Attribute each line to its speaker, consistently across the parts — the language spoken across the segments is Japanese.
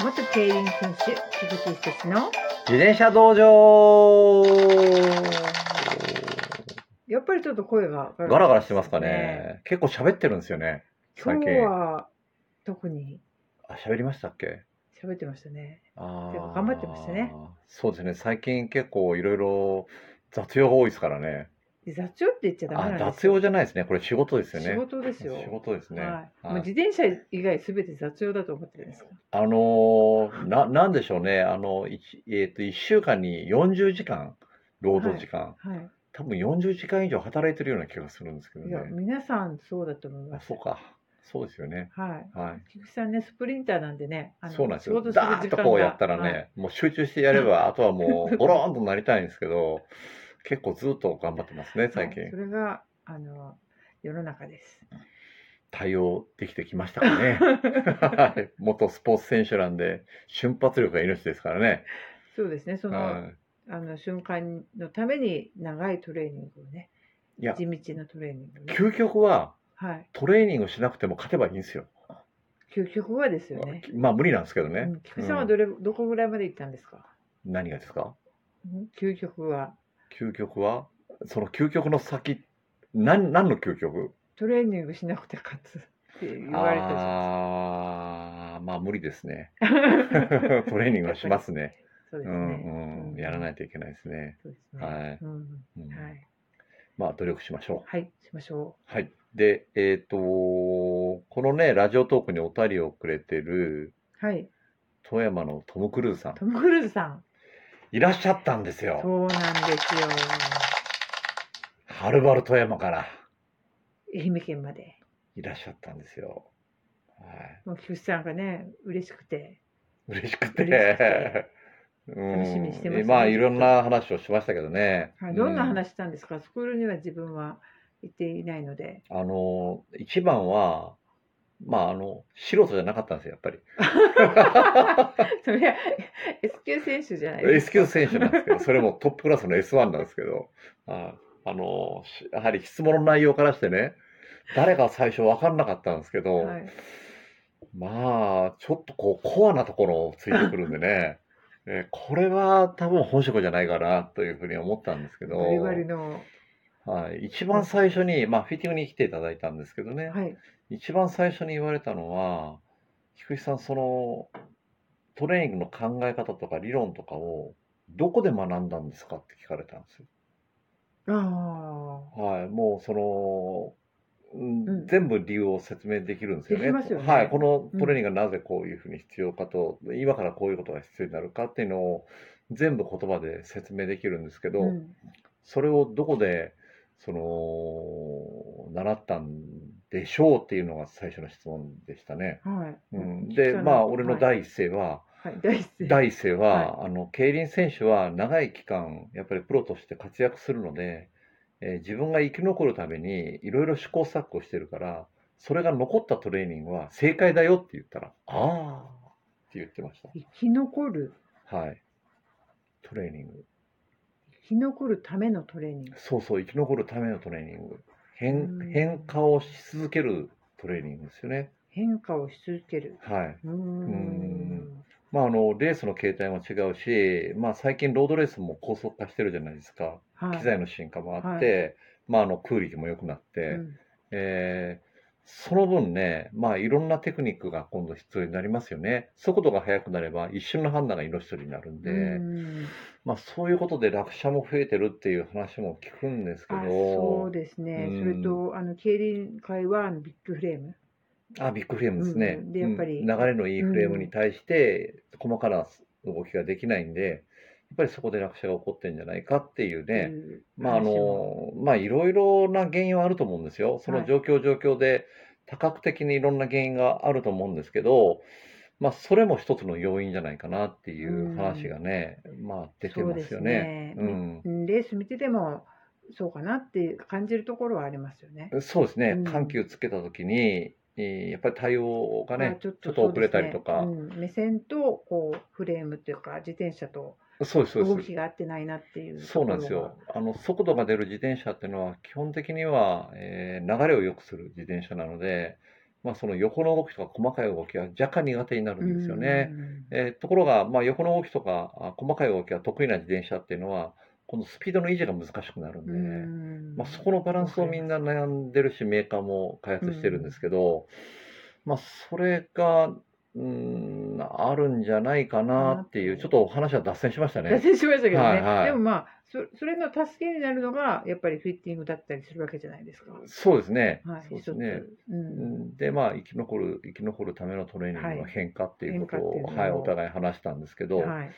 Speaker 1: 元競輪選手鈴木久志の
Speaker 2: 自転車道場
Speaker 1: やっぱりちょっと声がガ
Speaker 2: ガラガラしてますかね。結構喋ってるんですよね。
Speaker 1: 今
Speaker 2: 最
Speaker 1: 日
Speaker 2: 近。
Speaker 1: は特に
Speaker 2: あ、喋りましたっけ
Speaker 1: 喋ってましたね
Speaker 2: あ
Speaker 1: 結
Speaker 2: ー
Speaker 1: 構頑張ってましたね。
Speaker 2: そうですね。最近結構いろいろ雑用が多いですからね。
Speaker 1: で雑用って言っちゃダ
Speaker 2: あ
Speaker 1: メ、なんで
Speaker 2: 雑
Speaker 1: すよ
Speaker 2: 用じゃないですね。これ仕事ですよね。
Speaker 1: 仕事ですよ
Speaker 2: 仕事ですね。
Speaker 1: はい、
Speaker 2: はい
Speaker 1: もう自転車以外すべて雑用だと思ってるんですか
Speaker 2: あのーな、なんでしょうね。あの、いちえっ、と、1週間に40時間、労働時間。
Speaker 1: は
Speaker 2: 多分40時間以上働いてるような気がするんですけど
Speaker 1: いいや
Speaker 2: ね。
Speaker 1: 皆さんそうだと思いま
Speaker 2: あ、
Speaker 1: す
Speaker 2: そうか。そうですよね。
Speaker 1: はい
Speaker 2: はい。
Speaker 1: 菊池さんねスプリンターなんでねあの
Speaker 2: そうなんですよ。
Speaker 1: 仕事
Speaker 2: ダーッとこうやったらね、
Speaker 1: はい
Speaker 2: もう集中してやれ ば、あとはもう、ゴローンとなりたいんですけど、結構ずっと頑張ってますね、最近。
Speaker 1: はいそれがあの世の中です
Speaker 2: 対応できてきましたかね。 はい元スポーツ選手なんで、瞬発力が命ですからね。
Speaker 1: そうですねその、
Speaker 2: はい
Speaker 1: あの瞬間のために長いトレーニングをね
Speaker 2: いや
Speaker 1: 地、道なトレーニングをね
Speaker 2: 究極は、
Speaker 1: はい
Speaker 2: トレーニングしなくても勝てばいいんですよ。
Speaker 1: 究極はですよね
Speaker 2: まあ、無理なんですけどね。
Speaker 1: うん菊池さん
Speaker 2: う
Speaker 1: は
Speaker 2: ん
Speaker 1: どれ、どこぐらいまで行ったんですか
Speaker 2: 何がですか
Speaker 1: うん究極は
Speaker 2: 究極は、その究極の先、何何の究極
Speaker 1: トレーニングしなくて勝つって言われたじゃない
Speaker 2: ああー、まあ無理で すね。
Speaker 1: です
Speaker 2: ト
Speaker 1: か
Speaker 2: レーニングはしますね。
Speaker 1: そうで
Speaker 2: う
Speaker 1: すね、
Speaker 2: んうん、やらないいといけないですね。
Speaker 1: そうですね
Speaker 2: はい。
Speaker 1: うん
Speaker 2: うん
Speaker 1: はい、
Speaker 2: まあ努力しましょう。
Speaker 1: はい、しましょ
Speaker 2: はい。で、えっ、とこのね、ラジオトークにお便りをくれてる
Speaker 1: うはい
Speaker 2: 富山のトム・クルーズさん、
Speaker 1: トム・クルーズさん
Speaker 2: いらっしゃったんですよ。
Speaker 1: そうなんですよ
Speaker 2: はるばる富山から
Speaker 1: 愛媛県まで
Speaker 2: いらっしゃったんですよ。はい。
Speaker 1: もう菊池さんがね嬉しくて
Speaker 2: 嬉しくて。
Speaker 1: 嬉しくて
Speaker 2: うん
Speaker 1: 楽しみにしてましたね
Speaker 2: まあいろんな話をしましたけどね。
Speaker 1: はい、どんな
Speaker 2: うん
Speaker 1: 話したんですか、スクールには自分は行っていないので。
Speaker 2: あの、一番は、まあ、あの、素人じゃなかったんですよ、やっぱり。
Speaker 1: それは S 級選手じゃないです
Speaker 2: S
Speaker 1: か。
Speaker 2: 級選手なんですけど、それもトップクラスの S1 なんですけど、ああの、しやはり質問の内容からしてね、誰が最初分かんなかったんですけど、
Speaker 1: はい、
Speaker 2: まあ、ちょっとこう、コアなところをついてくるんでね、 えこれは多分本職じゃないかなというふうに思ったんですけど、
Speaker 1: バリバリの。
Speaker 2: はい、一番最初に、まあ、フィッティングに来ていただいたんですけどね、
Speaker 1: はい。
Speaker 2: 一番最初に言われたのは菊池さんそのトレーニングの考え方とか理論とかをどこで学んだんですかって聞かれたんです
Speaker 1: あ
Speaker 2: よ。はい、もうその、うん
Speaker 1: うん
Speaker 2: 全部理由を説明できるんですよね。
Speaker 1: できますよね
Speaker 2: はい、このトレーニングがなぜこういうふうに必要かと、今からこういうことが必要になるかっていうのを全部言葉で説明できるんですけ
Speaker 1: あ。
Speaker 2: ど、
Speaker 1: うん
Speaker 2: それをどこでその習ったんでしょうっていうのが最初の質問でしたね。
Speaker 1: はい。
Speaker 2: うん、
Speaker 1: 菊池
Speaker 2: で
Speaker 1: さんの
Speaker 2: まあ俺の。第一声は、
Speaker 1: はい。はい第一声。
Speaker 2: 第一声は、あの競輪選手は長い期間やっぱりプロとして活躍するので、えー自分が生き残るためにいろいろ試行錯誤してるからそれが残ったトレーニングは正解だよって言ったら「ああ」って言ってまし
Speaker 1: 生き残る。
Speaker 2: た。はいトレーニング
Speaker 1: 生き残るためのトレーニング。
Speaker 2: そうそう生き残るためのトレーニング
Speaker 1: うん
Speaker 2: 変変化をし続けるトレーニングですよね。
Speaker 1: 変化をし続ける。
Speaker 2: はい、
Speaker 1: うーん
Speaker 2: ん。まあ、あのレースの形態も違うし、まあ、最近ロードレースも高速化してるじゃないですか
Speaker 1: はい。
Speaker 2: 機材の進化もあって、まあ、あの空力も良くなって、
Speaker 1: うん
Speaker 2: えーその分ね、まあ、いろんなテクニックが今度必要になりますよね速度が速くなれば一瞬の判断が命取りになるんで、
Speaker 1: うん
Speaker 2: まあ、そういうことで落車も増えてるっていう話も聞くんですけ
Speaker 1: あそう
Speaker 2: ど
Speaker 1: ですね、
Speaker 2: うん
Speaker 1: それとあの競輪界はあのビッグフレーム、
Speaker 2: あビッグフレームですね、
Speaker 1: うんでやっぱり
Speaker 2: うん流れのいいフレームに対して細かな動きができないんでやっぱりそこで落車が起こってるんじゃないかっていうね、
Speaker 1: いう
Speaker 2: まああ
Speaker 1: 話も
Speaker 2: のまあいろいろな原因はあると思うんですよ。そ
Speaker 1: は
Speaker 2: の
Speaker 1: い
Speaker 2: 状況状況で多角的にいろんな原因があると思うんですけど、まあそれも一つの要因じゃないかなっていう話がね、まあ出てます
Speaker 1: そうです
Speaker 2: よね。
Speaker 1: ねうんレース見ててもそうかなって感じるところはありますよね。
Speaker 2: うん、そうです
Speaker 1: う
Speaker 2: ね
Speaker 1: ん。
Speaker 2: 緩急つけた時に、えーやっぱり対応が
Speaker 1: まあ
Speaker 2: ね、
Speaker 1: ちょっ
Speaker 2: ちょっと遅れたりとか
Speaker 1: そうですねうん目線とこうフレームというか自転車と
Speaker 2: そうですそう
Speaker 1: 動
Speaker 2: です。
Speaker 1: きが合ってないなっていうとこ
Speaker 2: そう
Speaker 1: ろが
Speaker 2: なんですよ。あの速度が出る自転車っていうのは基本的には、えー流れを良くする自転車なので、まあ、その横の動きとか細かい動きは若干苦手になるんですよね。
Speaker 1: うん
Speaker 2: えーところが、まあ、横の動きとかあ細かい動きが得意な自転車っていうのは、このスピードの維持が難しくなるんで、
Speaker 1: うん
Speaker 2: まあ、そこのバランスをみんな悩んでるし、メーカーも開発してるんですけど、まあ、それが、うん、あるんじゃないかなっていう、ちょっと話は脱線しました
Speaker 1: 脱
Speaker 2: ね。
Speaker 1: 線しましたけどね、
Speaker 2: はいはい
Speaker 1: でもまあそそれの助けになるのがやっぱりフィッティングだったりするわけじゃないですか。
Speaker 2: そうですね。
Speaker 1: はい、
Speaker 2: そうで
Speaker 1: 一つ、
Speaker 2: すね。
Speaker 1: う
Speaker 2: うんんで、まあ、生き残る、生き残るためのトレーニングの変化っていうこと
Speaker 1: はい
Speaker 2: を、
Speaker 1: 変化っていうのを
Speaker 2: はい、お互い話したんですけど、
Speaker 1: はい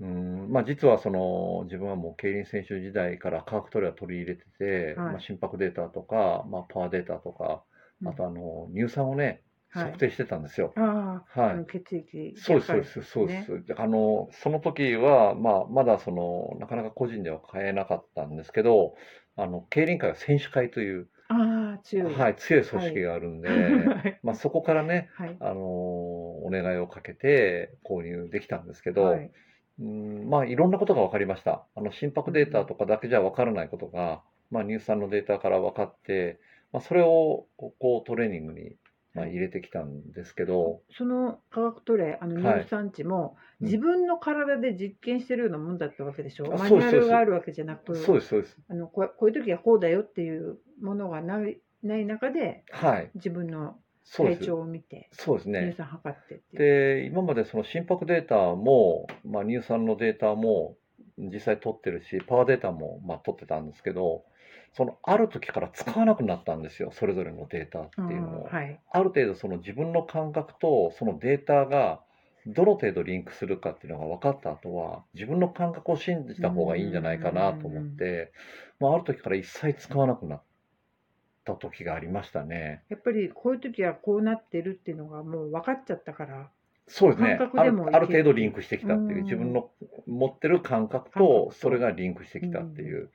Speaker 2: うんまあ、実はその自分はもう競輪選手時代から科学トレは取り入れてて、
Speaker 1: はい
Speaker 2: まあ、心拍データとか、まあ、パワーデータとか、
Speaker 1: うん
Speaker 2: あとあの乳酸をね、
Speaker 1: はい
Speaker 2: 測定してたんですよ。
Speaker 1: ああ、
Speaker 2: はい
Speaker 1: あの血液
Speaker 2: そうです、そうです、そうです。あの、その時は、まあ、まだその、なかなか個人では買えなかったんですけど、あの、競輪界は選手会という、
Speaker 1: ああ強い。。
Speaker 2: はいい、強い組織があるんで、
Speaker 1: はい
Speaker 2: まあ、そこからね、
Speaker 1: はい。
Speaker 2: あの、お願いをかけて購入できたんですけど、
Speaker 1: はい
Speaker 2: うんまあ、いろんなことが分かりました。あの心拍データとかだけじゃ分からないことが、まあ、乳酸のデータから分かって、まあ、それをこうトレーニングに、まあ、入れてきたんですけど、
Speaker 1: その化学トレあの
Speaker 2: はい
Speaker 1: 乳酸値も、
Speaker 2: うん
Speaker 1: 自分の体で実験してるようなもんだったわけでしょ
Speaker 2: あ
Speaker 1: マニ
Speaker 2: そうです
Speaker 1: ュアルがあるわけじゃなく
Speaker 2: そうです、そうです。
Speaker 1: あのこうこういう時はこうだよっていうものがないない中で
Speaker 2: はい、
Speaker 1: 自分の
Speaker 2: そう
Speaker 1: 成
Speaker 2: です。
Speaker 1: 長を見て
Speaker 2: そうです
Speaker 1: 乳
Speaker 2: ね。
Speaker 1: 酸測ってっていう。
Speaker 2: で、今までその心拍データも、まあ、乳酸のデータも実際取ってるし、パワーデータも、まあ、取ってたんですけど、そのある時から使わなくなったんですよ、それぞれのデータっていうのを。
Speaker 1: ああはい。
Speaker 2: ある程度その自分の感覚とそのデータがどの程度リンクするかっていうのが分かった後は自分の感覚を信じた方がいいんじゃないかなと思って、まあ、ある時から一切使わなくなった時がありましたね。
Speaker 1: やっぱりこういう時はこうなってるっていうのがもう分かっちゃったから。
Speaker 2: そうですね
Speaker 1: 感覚
Speaker 2: あ
Speaker 1: で
Speaker 2: る
Speaker 1: もいけ
Speaker 2: ある程度リンクしてきたっていううん自分の持ってる感覚
Speaker 1: 感覚
Speaker 2: と
Speaker 1: と
Speaker 2: それがリンクしてきたっていう。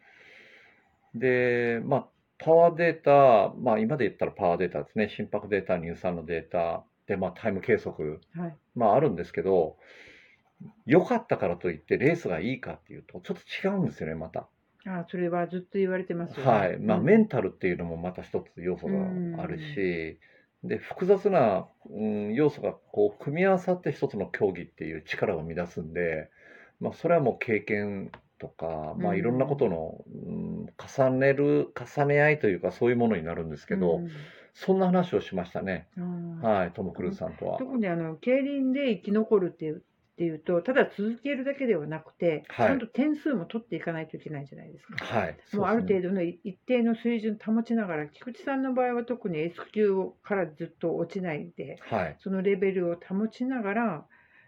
Speaker 2: でまあパワーデータ、まあ、今で言ったらパワーデータですね心拍データ乳酸のデータで、まあ、タイム計測
Speaker 1: はい。
Speaker 2: まああるんですけど、良かったからといってレースがいいかっていうと、ちょっと違うんですよね、また。
Speaker 1: ああそれはずっと言われてますよね。
Speaker 2: はい。まあ
Speaker 1: うん
Speaker 2: メンタルっていうのもまた一つ要素があるし、で、複雑な、うん、要素がこう組み合わさって一つの競技っていう力を生み出すんで、まあそれはもう経験とか、まあいろんなことの、うん、重ねる、重ね合いというかそういうものになるんですけど、そんな話をしましたね。
Speaker 1: うんあ
Speaker 2: はい、トム・クルーズさんと
Speaker 1: あ
Speaker 2: は。
Speaker 1: 特にあの競輪で生き残るっていうっていうとただ続けるだけではなくて、
Speaker 2: はい
Speaker 1: ちゃんと点数も取っていかないといけないじゃないですか。
Speaker 2: はい。
Speaker 1: もうある
Speaker 2: そうです
Speaker 1: 程
Speaker 2: ね
Speaker 1: 度のい一定の水準保ちながら菊池さんの場合は特に S 級をからずっと落ちないで
Speaker 2: はい。
Speaker 1: そのレベルを保ちながら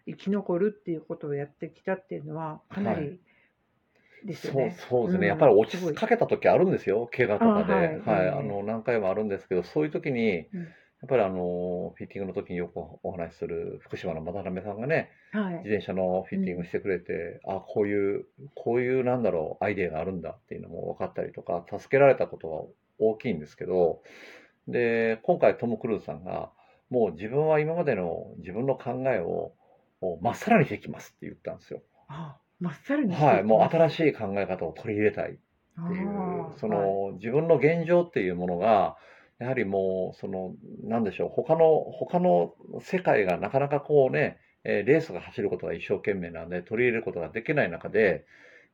Speaker 1: 生き残るっていうことをやってきたっていうのはかな
Speaker 2: はい
Speaker 1: りですよ
Speaker 2: そ
Speaker 1: ね。
Speaker 2: うそうですね、
Speaker 1: うん
Speaker 2: やっぱり落
Speaker 1: すごい
Speaker 2: ちかけた時あるんですよ、怪我とかで、
Speaker 1: あ
Speaker 2: は
Speaker 1: はいいうん
Speaker 2: あの何回もあるんですけど、そういう時に、や
Speaker 1: うん
Speaker 2: っぱりあのフィッティングの時によくお話しする福島の渡辺さんがね、
Speaker 1: はい
Speaker 2: 自転車のフィッティングしてくれて、あこういう、こういうなんだろう、アイデアがあるんだっていうのも分かったりとか、助けられたことは大きいんですけど、で今回、トム・クルーズさんが、もう自分は今までの自分の考えを、もうまっさらにしていきますって言ったんですよ。
Speaker 1: あまっさらにしていきます
Speaker 2: はい、もう新しい考え方を取り入れたい。っていう
Speaker 1: あー
Speaker 2: そ
Speaker 1: はい
Speaker 2: の自分の現状っていうものがやはりもうそのなんでしょう他の他の世界がなかなかこうねえーレースが走ることが一生懸命なんで取り入れることができない中で、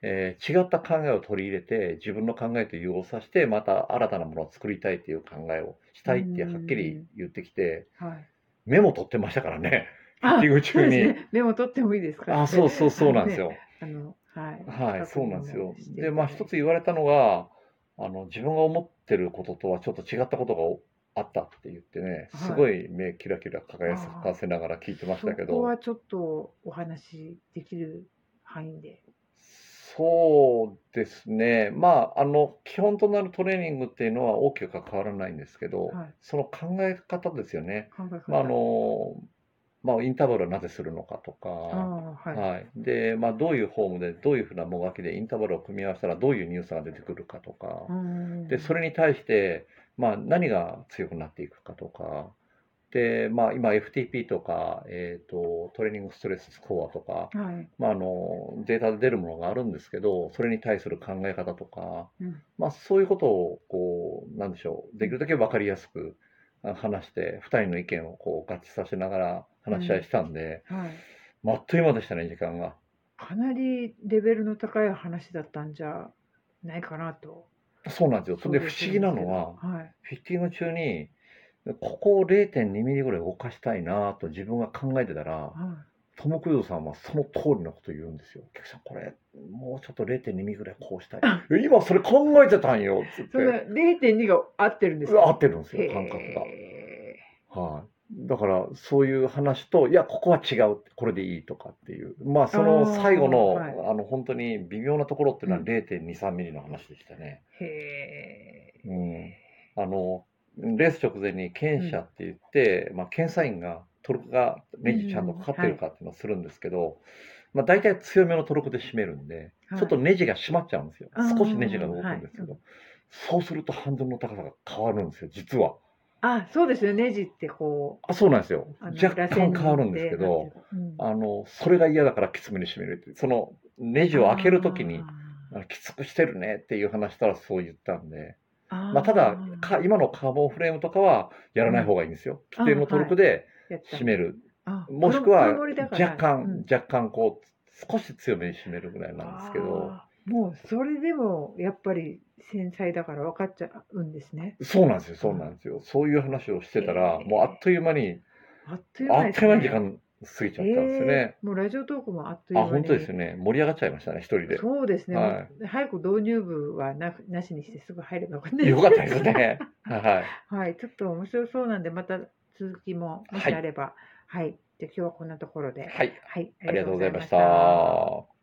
Speaker 2: えー違った考えを取り入れて自分の考えと融合させてまた新たなものを作りたいっていう考えをしたいって
Speaker 1: うん
Speaker 2: はっきり言ってきて
Speaker 1: はい、
Speaker 2: メモ取ってましたからねフィッ
Speaker 1: あ
Speaker 2: ティング
Speaker 1: そう
Speaker 2: 中
Speaker 1: です。
Speaker 2: に
Speaker 1: ね、メモ取ってもいいですか、
Speaker 2: あそうそうそうなんです
Speaker 1: よ。
Speaker 2: よ。
Speaker 1: あのはい、
Speaker 2: はい、そうなんですよ。
Speaker 1: して
Speaker 2: で、まあ、一つ言われたのが、あの、自分が思ってることとはちょっと違ったことがおあったって言ってね、
Speaker 1: はい
Speaker 2: すごい目キラキラ輝
Speaker 1: あー
Speaker 2: かせながら聞いてましたけ
Speaker 1: そこ
Speaker 2: ど、
Speaker 1: はちょっとお話しできる範囲で。
Speaker 2: そうですね。まあ、あの、基本となるトレーニングっていうのは大きくは変わらないんですけど、
Speaker 1: はい
Speaker 2: その考え方ですよね。
Speaker 1: 考え方
Speaker 2: まあ、あの、まあ、インターバルはなぜするのかとか、
Speaker 1: あーはい、
Speaker 2: はい、で、まあ、どういうフォームで、どういうふうなもがきでインターバルを組み合わせたら、どういうニュースが出てくるかとか
Speaker 1: う、ん
Speaker 2: でそれに対して、まあ、何が強くなっていくかとかで、まあ、今 FTP とか、えー、とトレーニングストレススコアとか、
Speaker 1: はい、
Speaker 2: まあ、あのデータで出るものがあるんですけどそれに対する考え方とか、
Speaker 1: うん
Speaker 2: まあ、そういうことをこうなんでしょうできるだけ分かりやすくあ話して、2人の意見をこう合致させながら話し合いしたんで、
Speaker 1: はい、
Speaker 2: まあっという間でしたね、時間が。
Speaker 1: かなりレベルの高い話だったんじゃないかなと。
Speaker 2: そうなんですよ。それで不思議なのは、
Speaker 1: はい、
Speaker 2: フィッティング中に、ここを0.2ミリぐらい動かしたいなと自分が考えてたら、
Speaker 1: は
Speaker 2: トム・クルーズさんはその通りのこと言うんですよ。お客さん、これ、もうちょっと0.2ミリぐらいこうしたい。え今それ考えてたんよっつっ
Speaker 1: い、それ
Speaker 2: て。
Speaker 1: 0.2が合ってるんです
Speaker 2: 合
Speaker 1: か
Speaker 2: ってるんです
Speaker 1: へ
Speaker 2: よ、
Speaker 1: ー
Speaker 2: 感覚が。はい。だから、そういう話と、いや、ここは違う、これでいいとかっていう。まあ、その
Speaker 1: あー
Speaker 2: 最後の、
Speaker 1: はい
Speaker 2: あの、本当に微妙なところっていうのは
Speaker 1: うん
Speaker 2: 0.2、3ミリの話でしたね。
Speaker 1: へー
Speaker 2: うん。あの、レース直前に検査って言って、まあ、検査員がトルクがネジちゃんとかかってるかっていうのをするんですけど、まあ、大体強めのトルクで締めるんで、
Speaker 1: はい
Speaker 2: ちょっとネジが締まっちゃうんですよ
Speaker 1: あー
Speaker 2: 少しネジが動くんですけど、
Speaker 1: は
Speaker 2: そうするとハンドルの高さが変わるんですよ実は
Speaker 1: あそうですよねネジってこう
Speaker 2: あそうなんですよ
Speaker 1: あの
Speaker 2: 若干変わるんですけど、
Speaker 1: あ
Speaker 2: あのそれが嫌だからきつめに締めるってそのネジを開けるときにあのきつくしてるねっていう話したらそう言ったんでま
Speaker 1: ま
Speaker 2: あ、ただか今のカーボンフレームとかはやらない方がいいんですよ、規定のトルクで締める、もしくは若干、若干こう少し強めに締めるぐらいなんですけど
Speaker 1: もうそれでもやっぱり繊細だから分かっちゃうんですね
Speaker 2: そうなんですよそうなんですよ、そういう話をしてたら、
Speaker 1: へー
Speaker 2: もうあっという間に
Speaker 1: あっという
Speaker 2: あ
Speaker 1: 間
Speaker 2: っ
Speaker 1: です
Speaker 2: とい
Speaker 1: ね
Speaker 2: う間に時間過ぎちゃったんですよね
Speaker 1: え、ーもうラジオトークもあっという
Speaker 2: あ
Speaker 1: 間に
Speaker 2: 本当ですね盛り上がっちゃいましたね一人で
Speaker 1: そうですね、
Speaker 2: は
Speaker 1: 早く導入部はななしにしてすぐ入ればよかった
Speaker 2: よかったですねはい
Speaker 1: はい、ちょっと面白そうなんで、また続きも、もしあれば、はい、じゃあ今日はこんなところで、
Speaker 2: はい
Speaker 1: はい、
Speaker 2: ありがとうございました、
Speaker 1: ありがとうございました